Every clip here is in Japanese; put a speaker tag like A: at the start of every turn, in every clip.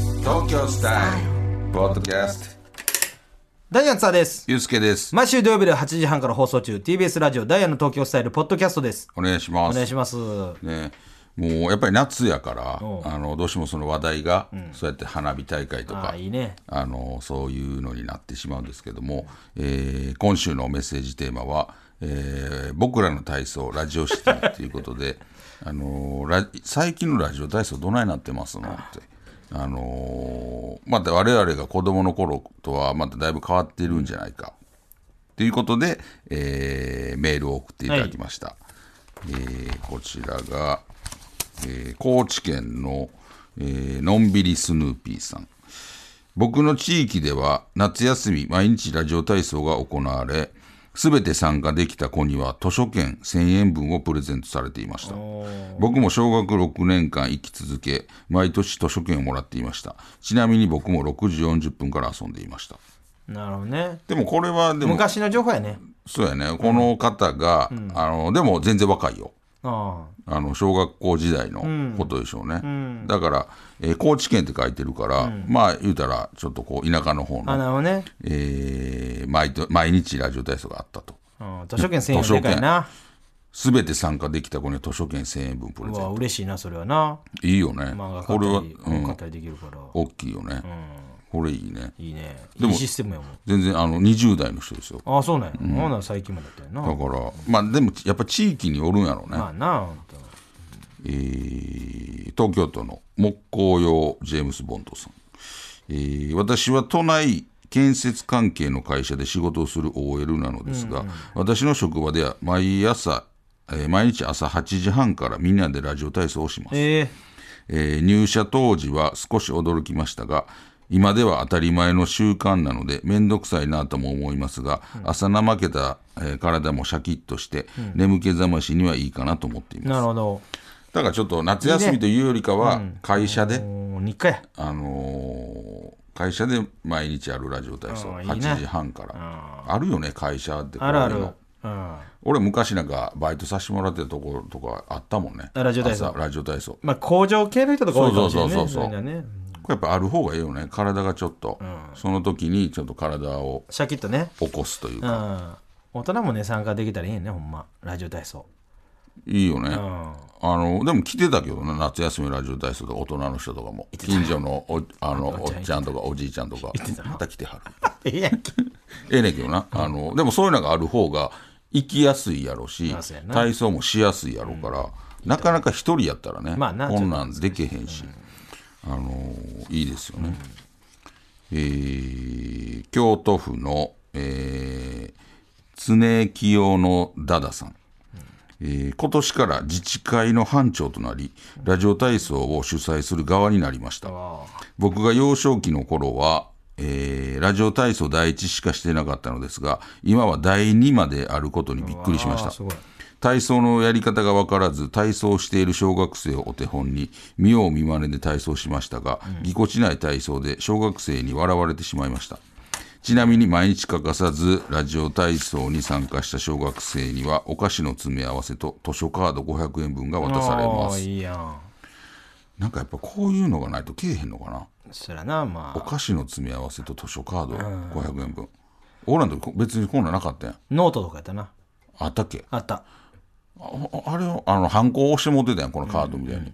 A: ースタイルポッドキャスト
B: ダイアンツァーです。
A: ゆうすけです
B: 毎週土曜日で8時半から放送中、TBS ラジオダイアンの東京スタイルポッドキャストです。
A: お願いしま
B: お
A: す
B: 願いします。
A: ねもうやっぱり夏やから
B: うん
A: あのどうしてもその話題が、そうやって花火大会と
B: あ
A: か
B: あ、いいね。
A: あのそういうのになってしまうんですけども、えー今週のメッセージテーマは「えー僕らの体操ラジオシティ」ということで あのラ最近のラジオ体操どないなってますのって。あのーまた我々が子供の頃とはまただいぶ変わってるんじゃないか、ということで、えーメールを送っていただきました、えーこちらが、えー高知県の、えーのんびりスヌーピーさん僕の地域では夏休み毎日ラジオ体操が行われすべて参加できた子には図書券1000円分をプレゼントされていました僕も小学6年間生き続け毎年図書券をもらっていましたちなみに僕も6時40分から遊んでいました
B: なるほどね。
A: でもこれはでも
B: 昔の情報やね。
A: そうやね、この方が、あのでも全然若いよ、
B: あ
A: あの小学校時代のことでしょうね、だから、えー高知県って書いてるから、まあ言うたら、ちょっとこう田舎の方
B: あ。あ、
A: の、
B: なるほどね。
A: えー毎度毎日ラジオ体操があったと、
B: うん図書券1000円
A: 図書
B: で
A: 券
B: かいな。
A: すべて参加できた子には図書券1000円分プレ
B: う
A: ゼン
B: わ、
A: ト、
B: 嬉しいな、それはな。
A: いいよね
B: 漫画、買
A: こ
B: っ
A: れは、
B: た
A: う
B: り、本買
A: ん
B: っ、たりできるから。
A: 大きいよね、これいいね、
B: いいね。
A: で
B: い
A: も
B: いシステムやもん。
A: 全然あの20代の人ですよ、
B: ああ、そうなんや。ほんなら最近もだったよな。
A: だから、まあでもやっぱ地域によるんやろうね。
B: まあな、ほんと
A: えー東京都の木工用ジェームス・ボンドさん、えー私は都内建設関係の会社で仕事をする OL なのですが、私の職場では毎朝、えー毎日朝8時半からみんなでラジオ体操をします、
B: ええ、
A: えー入社当時は少し驚きましたが今では当たり前の習慣なので面倒くさいなとも思いますが、朝怠けた、えー体もシャキッとして、眠気覚ましにはいいかなと思っています
B: なるほど。
A: だからちょっと夏休みというよりかは会社で、
B: もう日課や。
A: あのー会社で毎日あるラジオ体操
B: うんいいね
A: 8時半からあるよね会社ってこうい
B: あ
A: う
B: る
A: の
B: ある。うん。
A: 俺昔なんかバイトさせてもらってたところとかあったもんね
B: あラジオ体操
A: 朝ラジオ体操
B: まあ、工場系の人とか多いかもしれないね。
A: そうそうそうそう
B: みんなね。
A: これやっぱある方がいいよね体がちょっと、その時にちょっと体を
B: シャキッとね。
A: 起こすという
B: う
A: か、
B: ん。大人もね、参加できたらいいね、ほんま。ラジオ体操。
A: いいよね、
B: うん。
A: あのでも来てたけどね夏休みラジオ体操とか大人の人とかも近所のおあのおっちゃんとかおじいちゃんとかまた来てはる
B: ええやんけ。
A: ええねんけどな、あのでもそういうのがある方が行きやすいやろし
B: あそうやな
A: 体操もしやすいやろから、なかなか一人やったらね、
B: まあな
A: こんなんでけへんし、あのーいいですよね、えー京都府の、えー、常清のダダさんえー今年から自治会の班長となりラジオ体操を主催する側になりました僕が幼少期の頃は、えーラジオ体操第一しかしてなかったのですが今は第二まであることにびっくりしまし
B: あ
A: た
B: ーすごい。
A: 体操のやり方が分からず体操をしている小学生をお手本に見よう見まねで体操しましたが、ぎこちない体操で小学生に笑われてしまいましたちなみに毎日欠かさずラジオ体操に参加した小学生にはお菓子の詰め合わせと図書カード500円分が渡されま
B: あー
A: す
B: いいやん。
A: なんかやっぱこういうのがないとけえへんのかな
B: そらな、
A: お
B: まあ。
A: 菓子の詰め合わせと図書カード500円分俺らの時こ別にこんなんなかったやん
B: ノートとかやったな。
A: あったっけ
B: あった。
A: ああれをあの犯行を押して持ってたやんこのカードみたいに、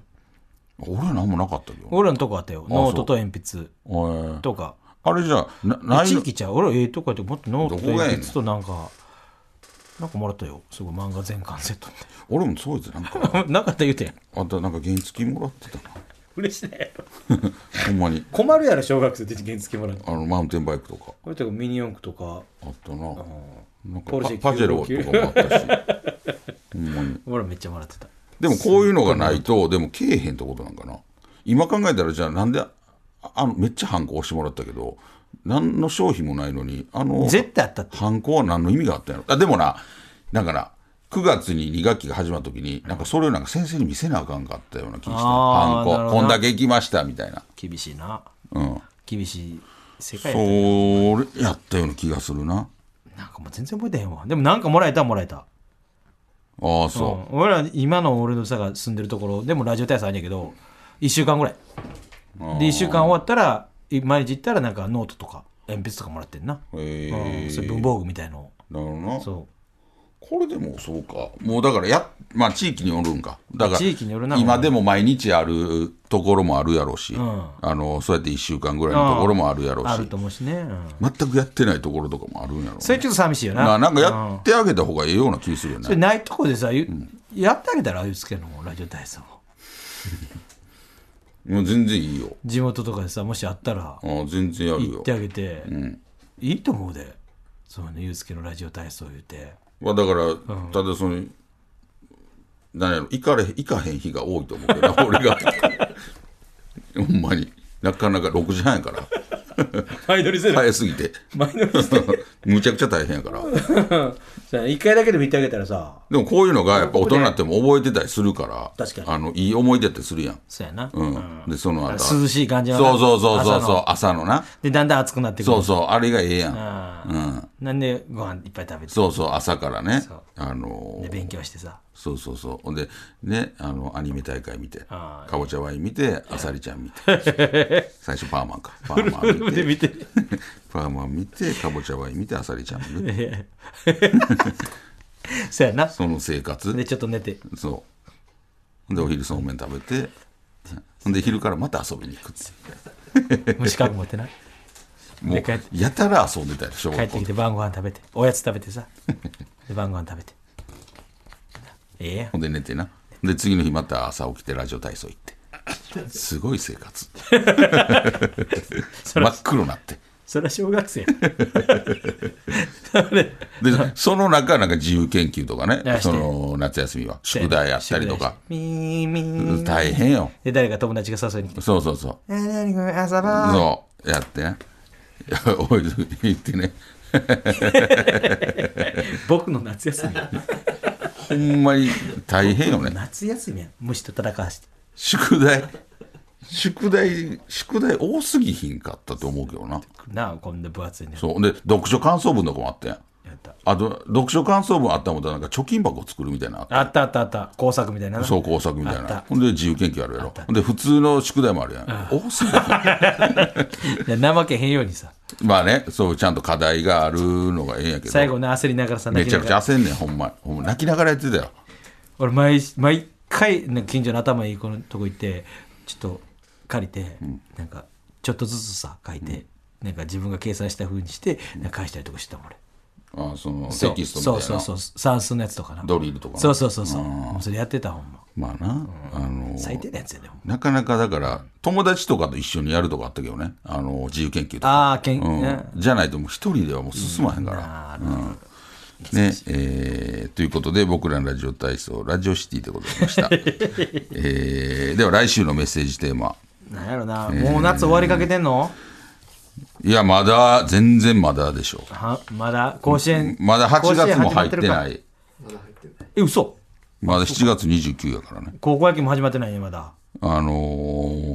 A: 俺は何もなかったけどね
B: 俺らのとこあったよ。ノートと鉛筆
A: おい
B: とか。
A: あれじゃあなない
B: 地
A: の
B: 域ちゃう。俺らええとこやって、もっとノートと
A: どこがや
B: 鉛
A: ねん
B: 筆となんか、なんかもらったよ。すごい漫画全巻セットみ
A: 俺もそうやってなん か
B: たいな。 なかった言うてん。
A: あんたなんか原付もらってたな
B: 嬉しいね。
A: ほんまに
B: 困るやろ、小学生で原付もらって。
A: あのマウンテンバイクとか
B: これとかミニ四駆とか、
A: あったななんか
B: ポルシェ
A: パパジェロとかもあったしほんまに
B: 俺らめっちゃもらってた。
A: でもこういうのがないとでもけえへんってことなんかな今考えたらじゃあなんでああのめっちゃハンコ押してもらったけど何の商品もないのにあの
B: 絶対あったって。
A: 犯行は何の意味があったんやろあでもなだから9月に2学期が始まった時になんかそれをなんか先生に見せなあかんかったような気がして
B: あ
A: 犯
B: ー
A: 行
B: なるほど
A: こん
B: な
A: だけ行きましたみたいな
B: 厳しいな。
A: うん
B: 厳しい世界やった
A: それやったような気がするな
B: なんかもう全然覚えてへんわ。でもなんかもらえたもらえた。
A: ああそ
B: うん俺ら今の俺のさが住んでるところでもラジオ体操あるんやけど、1週間ぐらい。
A: う、うん
B: で、1週間終わったら、毎日行ったらなんかノートとか鉛筆とかもらってんな、
A: へ
B: う
A: え
B: ん、そういう文房具みたいの
A: なるほどな
B: をそう
A: これでもそうかもうだからや、まあ、地域によるんかだから
B: 地域によるな
A: 今でも毎日あるところもあるやろうし、
B: ん
A: あのそうやって1週間ぐらいのところもあるやろう
B: あ
A: し
B: ると思うしね、うん、
A: 全くやってないところとかもあるんやろう
B: それちょっと寂しいよな
A: ななんか
B: う
A: やってあげた方がええような気するよ
B: それ
A: ね、
B: ないとこでさ、ゆやってあげたらゆうすけのラジオ体操
A: もう全然いいよ
B: 地元とかでさもしあったら
A: あー全然やる
B: 行っ
A: よ
B: てあげて、いいと思うでそのねゆうすけのラジオ体操言うて
A: まあ、だから、ただそのなんやろ行かれ行かへん日が多いと思うけ どな俺がほんまになかなか6時半やから
C: 前乗りする、
A: 早すぎ て
C: 前乗りする
A: むちゃくちゃ大変やから
C: そうや一回だけでも行ってあげたらさ
A: でもこういうのがやっぱ大人になっても覚えてたりするから
C: 確かに
A: あのいい思い出ってするやん、
B: そうやな、
A: うん、でその後
B: 涼しい感じの
A: そうそうそうそう
B: 朝
A: そう
B: の
A: 朝のな
B: でだんだん暑くなってくる
A: そうそうあれがええやん、
B: あ
A: う
B: ー
A: ん、
B: なんでご飯いっぱい食べて
A: そうそう朝からね
B: そう
A: あの
B: で
A: ー
B: 勉強してさ
A: そうそうそうほんでねあのアニメ大会見て
B: あ
A: かぼちゃワイン見てあさりちゃん見て最初パーマンかパーマン見 て
B: 見て
A: パーマン見てかぼちゃワイン見てあさりちゃん見て
B: そうやな
A: その生活
B: でちょっと 寝て
A: そう。ほんで、お昼そうめん食べて、ほんで、昼からまた遊びに行くっていう
B: 虫かご持ってな
A: も
B: で帰っ
A: う、やたら遊んでたでしょ、
B: 帰ってきて晩ご飯 食べておやつ食べてさで晩ご飯食べてええやん
A: ほんで、寝てな。で、次の日また朝起きてラジオ体操行って。すごい生 活。真っ黒なって。
B: それは小学生
A: で、その中、なんか自由研究とかね
B: あ、して
A: その夏休みは、宿題やったりとか、
B: みーみー
A: うん大変よ。
B: で誰か友達が誘いに来て
A: そうそうそう。
B: 「え何これ朝晩
A: そう、やってね。 いやおい言ってね、
B: 僕の夏休み
A: ほんまに大変よね。
B: 夏休みやん虫と戦わして
A: 宿題宿題宿題多すぎひんかったと思うけどな
B: なあこんな分厚いね
A: そうで読書感想文とかもあったやん
B: やった
A: あと読書感想文あったもんだなんか貯金箱作るみたいなのあった
B: あったあったあった工作みたいなな
A: そう工作みたい
B: あった
A: なほんで自由研究あるやろほんで普通の宿題もあるやん多すぎひん
B: で怠けへんようにさ
A: まあねそうちゃんと課題があるのがええんやけ
B: 最
A: ど
B: 後の焦りながらさ
A: め
B: 泣き
A: ちゃ
B: な
A: く
B: が
A: ちゃ焦
B: ら
A: んねんほんまほんま泣きながらやってたよ
B: 俺毎毎回なんか近所の頭いい子のとこ行ってちょっと借りて、なんかちょっとずつさ書いて、なんか自分が計算したふうにして、なんか返したりとかしてたもん俺
A: あその
B: そう
A: テキストみたい
B: そう
A: な
B: そうそう算数のやつとかな
A: ドリルとかな
B: そうそうそうそうもうそれやってたほんま
A: まあなあの
B: 最低なやつやねほんま
A: なかなかだから友達とかと一緒にやるとかあったけどねあの自由研究とか
B: ああけん、
A: うん
B: ね、
A: じゃないともう一人ではもう進まへんから。
B: あーなるほど
A: ねえーということで僕らのラジオ体操ラジオシティでございま した、えーでは来週のメッセージテーマ
B: なんやろな、もう夏終わりかけてんの
A: いやまだ全然まだでしょ
B: はまだ甲子園
A: うまだ8月も入って
B: 甲子園始ま
A: な
B: るか
A: い
B: え嘘
A: まだ7月29やからね
B: 高校野球も始まってないねまだ
A: あの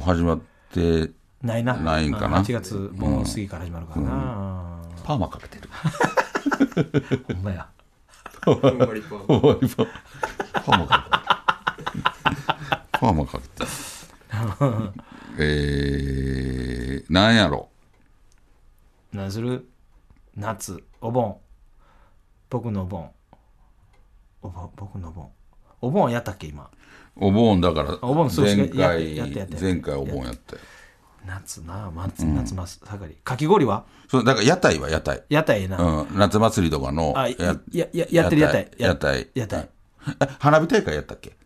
A: ー始まって
B: ないな
A: ないんかな
B: 8月もう過ぎから始まるからな、
A: パーマかけてる
B: ほんまや
A: パーマかけてるパーマかけてるえー、なんやろ
B: 何する夏お盆僕のお盆お盆僕のお盆お盆やったっけ今
A: お盆だから
B: お盆そうです
A: 前
B: ね
A: 回
B: やってやってやって
A: 前回お盆やって
B: 夏な夏夏真っ盛り、かき氷は
A: そうだから屋台は屋台、
B: 屋台な、
A: うん、夏祭りとかの
B: あいやややってる屋台
A: 屋台
B: 屋台
A: え花火大会やったっけ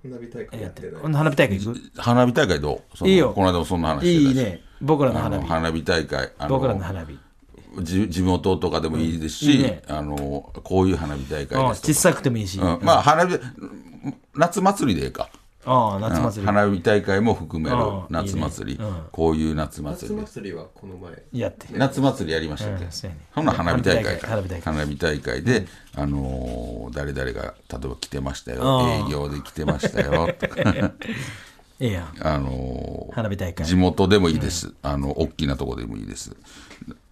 D: 花火大会
B: や
D: や
B: っ
D: ってて
B: る
D: ない。
B: ほんで花火大会行く
A: 花火大会どうその
B: いいよ
A: この間もそんな話してたし
B: いいね僕らの
A: あ
B: 花
A: の
B: 火
A: 花火大会あ
B: 僕らの花火
A: じ地元とかでもいいです
B: うん
A: し、
B: いいね
A: あのこういう花火大
B: うん
A: 会です
B: 小
A: と
B: さくてもいいし、
A: か、うんまあ花火うん夏祭りでええか、
B: ああ夏
A: うん
B: 祭り、
A: 花火大会も含める
B: ああ
A: 夏祭り
B: いいねうん
A: こういう夏祭
D: 夏
A: りです
D: 祭りはこの前。
B: やって
A: 夏祭りやりましたっけ、
B: うんそうやね
A: ほんなら花火大会か
B: 花火大会
A: 花火大会で、あのー誰々が例えば来てましたよ
B: あー
A: 営業で来てました よとか
B: ええやん
A: あのー
B: 花火大会
A: 地元でもいいです、あの大きなとこでもいいです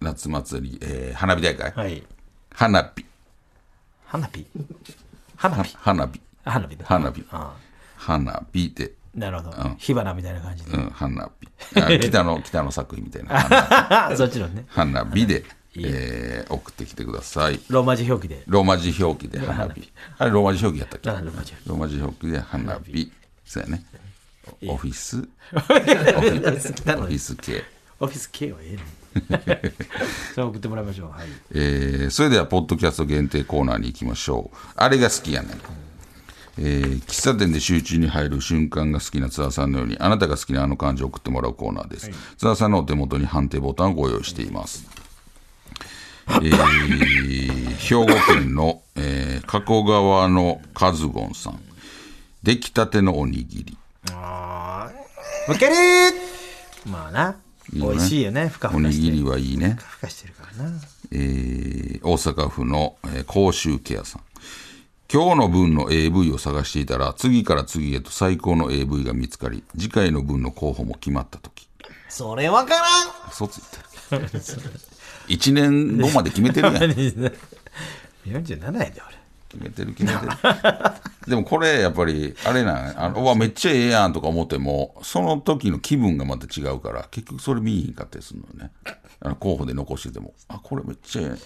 A: 夏祭り、えー花火大会、
B: はい
A: 花火
B: 花火花火
A: 花火
B: 花火だ
A: 花火
B: あ
A: 花火で
B: なるほど火花みたいな感じで
A: うん、花火。あ北の、北の作品みたいな花
B: そっちのね
A: 花火で、えー送ってきてください。
B: ローマ字表記で
A: ローマ字表記で花火。あれ、ローマ字表記やったっけ
B: あローマ字
A: ローマ字表記で花火。そうやね。オフィス。オフィ スオフィス系。
B: オフィス系はええの それ送ってもらいましょうはい
A: えーそれでは、ポッドキャスト限定コーナーに行きましょう。あれが好きやねん。えー喫茶店で集中に入る瞬間が好きな津田さんのように、あなたが好きなあの漢字を送ってもらうコーナーです。津田さんのお手元に判定ボタンをご用意しています。えー兵庫県の、えー加古川のカズゴンさん。出来たてのおにぎり。
B: わかるーまあな、
A: いいよね
B: 美味しいよね、ふか
A: お
B: ふか
A: に
B: し
A: ぎ
B: てる。
A: りはいいね。
B: ふかしてるからな。
A: えー大阪府の、えー甲州ケアさん。今日の分の AV を探していたら、次から次へと最高の AV が見つかり、次回の分の候補も決まったとき。
B: それわからん
A: 嘘ついてる。1年後まで決めて るやん。決
B: !47 やで、
A: めてる決めてる。でもこれやっぱり、あれなんあのうわ、めっちゃええやんとか思っても、その時の気分がまた違うから、結局それ見えへんかったりするのよね。あの候補で残してても、あ、これめっちゃえ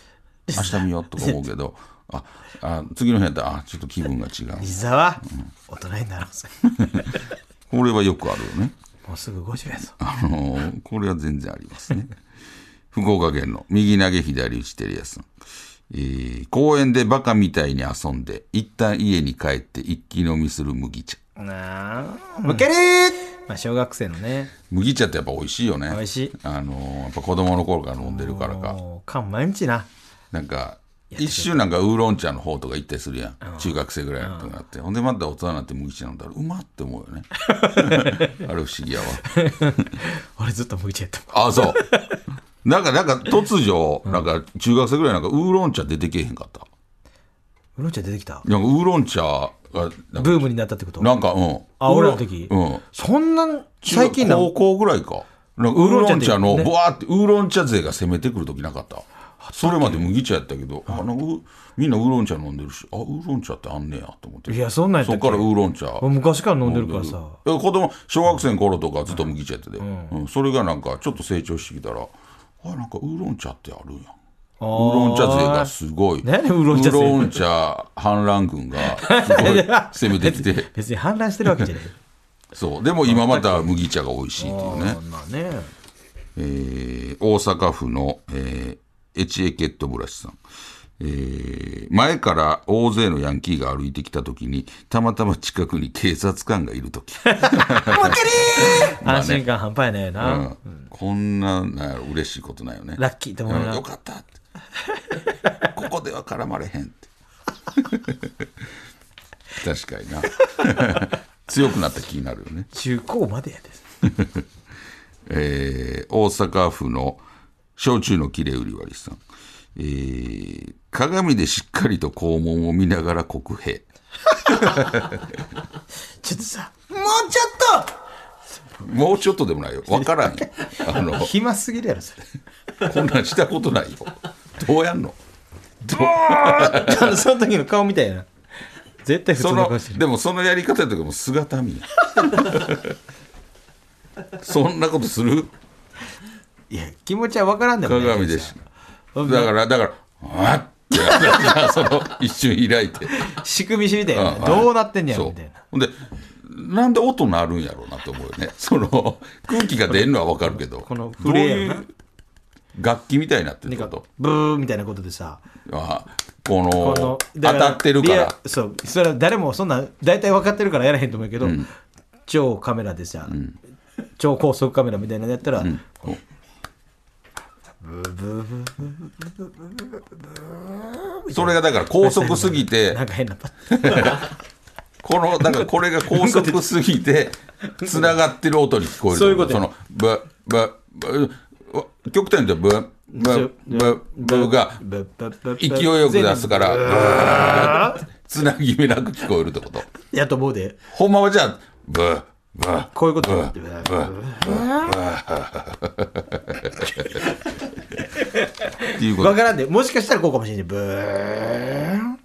A: え。明日見ようとか思うけど、あ、あ次の日やったら、あ、ちょっと気分が違う。
B: 俺。膝は、大人になろうぜ。
A: これはよくあるよね。
B: もうすぐ50やぞ。
A: あのーこれは全然ありますね。福岡県の右投げ左打ちテリアさん。えー公園でバカみたいに遊んで、一旦家に帰って一気飲みする麦茶。
B: なあ。むけるーまあ、小学生のね、
A: 麦茶ってやっぱ美味しいよね。
B: 美味しい
A: あのーやっぱ子供の頃から飲んでるからか。
B: もう、缶毎日な。
A: なんか、一瞬なんかウーロン茶の方とか行ったりするやん。中学生ぐらいの時になって。ほんでまた大人になって麦茶飲んだら、うまって思う よね。あれ不思議やわ。
B: 俺ずっと麦茶やったもん。
A: あ、そう。なんか、なんか、突如、なんか、中学生ぐらいなんか、ウーロン茶出てけへんかった。
B: ウーロン茶出てきた
A: なんか、ウーロン茶が、なんか、
B: ブームになったってこと
A: なんかうん。
B: あ、俺らの時
A: うん。
B: そんな、最近な
A: 高校ぐらいか。なんかウーロン茶の、ぶわーって、ウーロン茶勢が攻めてくる時なかった。それまで麦茶やったけど、あなんかウみんなウーロン茶飲んでるし、あ、ウーロン茶ってあんねやと思って。
B: いやそんなんやった
A: そ
B: っ
A: っ
B: け
A: からウーロン茶。
B: 昔から飲んでるからさ。
A: え子供小学生の頃とかずっと麦茶やってて、うんそれがなんかちょっと成長してきたらあなんかウーロン茶ってあるんやウーロン茶勢がすごい
B: 何ウーロン茶勢
A: ウーロン茶反乱軍がすごい攻めてき て
B: 別に反乱してるわけじゃない。
A: そうでも今また麦茶が美味しいっていうね
B: そ、んなね。
A: えー大阪府の、えーエチエケットブラシさんえー前から大勢のヤンキーが歩いてきた時にたまたま近くに警察官がいる時
B: 安心感半端やねえな。
A: うんこんななんやろ嬉しいことないよね。
B: ラッキーと思う
A: うん
B: な
A: よ。かったって ここでは絡まれへんって。 確かにな。 強くなった気になるよね。
B: 中高までやです。
A: えー大阪府の焼酎の切れ売り割りさん、えー鏡でしっかりと肛門を見ながら告閉
B: ちょっとさ、
A: もうちょっとでもないよ分 からんよあの
B: 暇すぎるやろ、そ れ。
A: こんなんしたことないよどうやんの
B: その時の顔みたいな。絶対普
A: そ
B: 通の顔
A: の
B: してる。
A: でもそのやり方とかも姿見や そんなことする
B: いや、気持ちは分からんでもない
A: 鏡でし
B: だ
A: だ
B: か、
A: かららだからあっってやったらその一瞬開いて
B: 仕組み知りたいよね。
A: あ
B: どうなってんねや
A: そ
B: ろ、
A: う
B: みたいな。
A: ほんでなんで音鳴るんやろうなと思うよねその 空気が出るのは分かるけど
B: この
A: ど
B: 触
A: う
B: れや
A: い
B: な
A: う楽器みたいになってる
B: な
A: こ
B: んか
A: と、
B: ブーみたいなことでさ、
A: あこの
B: この、
A: 当
B: だら
A: たってるか
B: リ
A: ら
B: アそう、それは誰もそんな、大体分かってるからやらへんと思うけど、超カメラでさ、超高速カメラみたいなのやったら、
A: こうそれがだから高速すぎて
B: なんか変なパッ
A: このだからこれが高速すぎてつながってる音に聞こえる
B: そういうこと
A: そ
B: や
A: のブブブう極端に言うとブブブブが
B: ブブブブ
A: 勢いよく出すからブーつなぎ目なく聞こえるってこと
B: やと思うで。
A: ほんまはじゃあブブ
B: こういうこと。
A: っていうこと
B: わからんで、もしかしたらこうかもしれない。ブーン。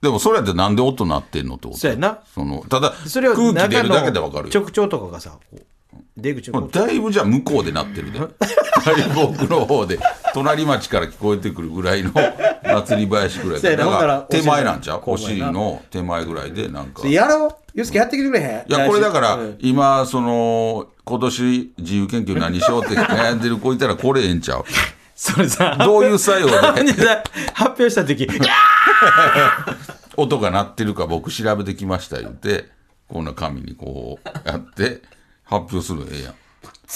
A: でもそれやってなんで音鳴ってんのってこと
B: そうやな
A: そのただ
B: それを
A: 空気出るだけでわかるよ
B: 直腸とかがさこう出口をこう
A: だいぶじゃあ向こうでなってるでだいぶ奥の方で隣町から聞こえてくるぐらいの祭り林ぐらい
C: そう
A: で
C: や
A: だ
C: なほ
A: から
C: んなら
A: 手前なんちゃうお
C: お
A: 尻
C: 尻
A: の手前ぐらいでなんか
C: それやろうゆうすけやってきてくれへん
A: いや、これだから
C: うん、
A: 今、その、今年自由研究何しようって悩んでる子いたらこれええんちゃう。
B: それさ
A: どういう作用
B: 発
A: で
B: 表さ発表した時
A: 音が鳴ってるか僕調べてきました言って、こんな紙にこうやって発表するのええやん。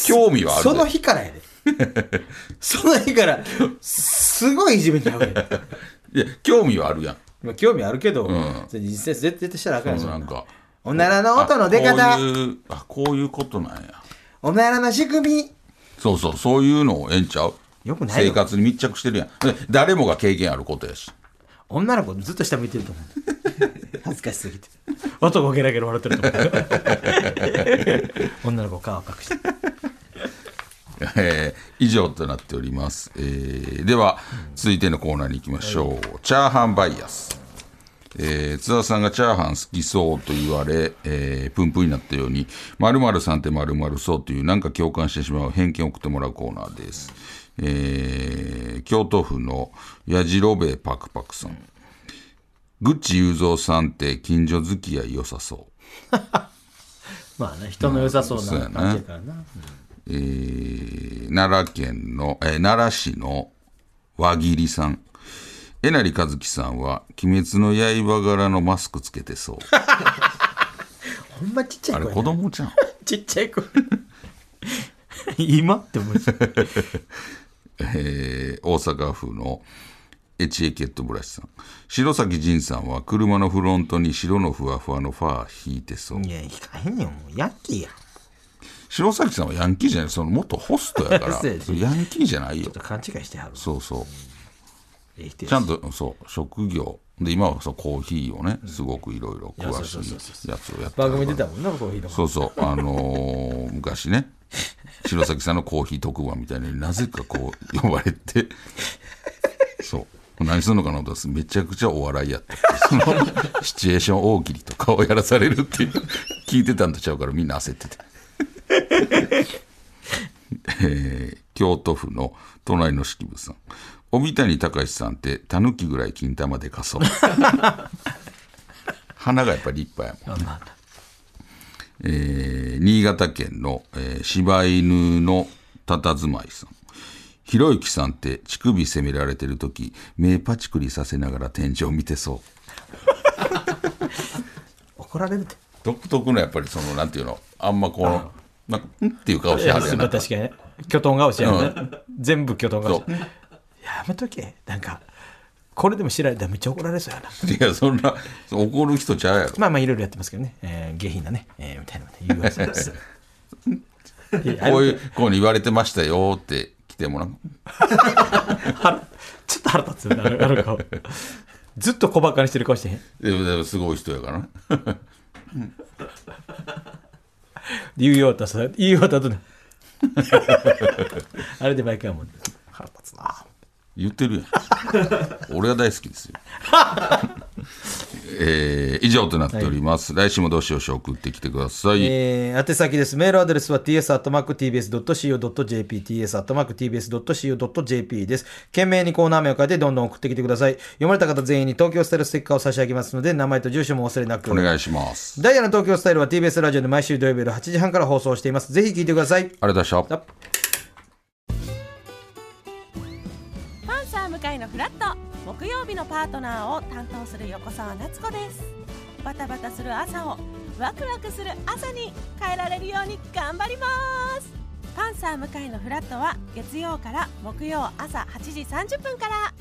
A: 興味はあ
C: その
A: るで。
C: 日からや でその日からすごいいじめに遭うやん
A: いや、興味はあるやん。
C: まあ興味あるけど、
A: ん
C: それ実際絶対したらあかんよ
A: そ
C: そん
A: の
C: な
A: なんか。
C: おならの音の出
A: あこう
C: 方
A: いう、あ、こういうことなんや。
C: おならの仕組み
A: そうそう、そういうのをええんちゃう。
B: よくないよ
A: 生活に密着してるやん。で誰もが経験あることやし。
B: 女の子ずっと下向いてる と思う恥ずかしすぎて男ゲラゲラ笑ってると思う 女の子顔隠して
A: えー以上となっております、えーでは続いてのコーナーに行きましょう、チャーハンバイアス、えー津田さんがチャーハン好きそうと言われ、えープンプンになったように〇〇さんって〇〇そうというなんか共感してしまう偏見を送ってもらうコーナーです、えー京都府のやじろべえパクパクさんグッチ雄三さんって近所付き合い良さそう
B: まあね人の良さそう
A: そうや
B: な
A: な
B: 感じやからな、
A: えー奈良県の、えー奈良市の輪切りさん。えなりかずきさんは、鬼滅の刃柄のマスクつけて そう。
B: ほんまちっちゃ
A: あ
B: い
A: れ
B: 子や
A: 子
B: な
A: 供じゃん。
B: ちっちゃい子今って思いつ
A: えー大阪府のエチエケットブラシさん。白崎仁さんは、車のフロントに白のふわふわのファー引いてそう。
B: いや引かへんよもうヤンキーや
A: 白崎さんはヤンキーじゃない、その元ホストやから、
B: そうやし
A: それヤンキーじゃない
B: ちょ
A: よ
B: っ。と勘違いしてはる
A: そうそう。
B: ええ人や
A: ちゃんとそう職業で今はそうコーヒーをねすごくいろいろ詳し
B: そうそうそう
A: いやつをやって
B: 番組出たもんなコーヒーの
A: そうそうあのー昔ね白崎さんのコーヒー特番みたいになぜかこう呼ばれてそう何するのかなと思ったらめちゃくちゃお笑いやってそのシチュエーション大喜利とかをやらされるっていう聞いてたんとちゃうからみんな焦ってて。えー京都府の隣の式部さん帯谷隆さんってタヌキぐらい金玉でかそう鼻がやっぱり立派やもん
B: あまあ
A: えー新潟県の、えー柴犬のたたずまいさん。ひろゆきさんって乳首責められてる時目パチクリさせながら天井見てそう。
B: 怒られるって
A: 独特のやっぱりその、なんていうの、あんまこの、なんか、んっていう顔してはるや
B: まあ
A: な。
B: 確かにね巨トン顔してやるね全部巨トン顔して
A: そ
B: やめとけなんかこれでも知られたらめっちゃ怒られそうやない
A: や、そんな、怒る人ちゃうやろ。
B: まあまあいろいろやってますけどね、えー、下品なね、えーみたいなので言わせです。
A: こういう子に言われてましたよって来てもらう。
B: 腹ちょっと腹立つよね、あのあの顔。ずっと小バカにしてる顔してへん。
A: でもでもすごい人やからね。
B: 言いようたさ、言いようたと ね。あれで毎回思う。腹立つな。
A: 言ってるやん 俺は大好きですよえー以上となっております、来週もどうしようし送ってきてください、
B: えー、宛先です。メールアドレスは ts.tbs.co.jp、ts.tbs.co.jp です。懸命にコーナー名を書いてどんどん送ってきてください。読まれた方全員に東京スタイルステッカーを差し上げますので、名前と住所もお忘れなく。
A: お願いします
B: ダイヤの東京スタイルは TBS ラジオで毎週土曜日夜8時半から放送しています。ぜひ聞いてください。
A: ありがとうございました
E: パンサー向かいのフラット木曜日のパートナーを担当する横澤夏子ですバタバタする朝をワクワクする朝に変えられるように頑張りますパンサー向かいのフラットは月曜から木曜朝8時30分から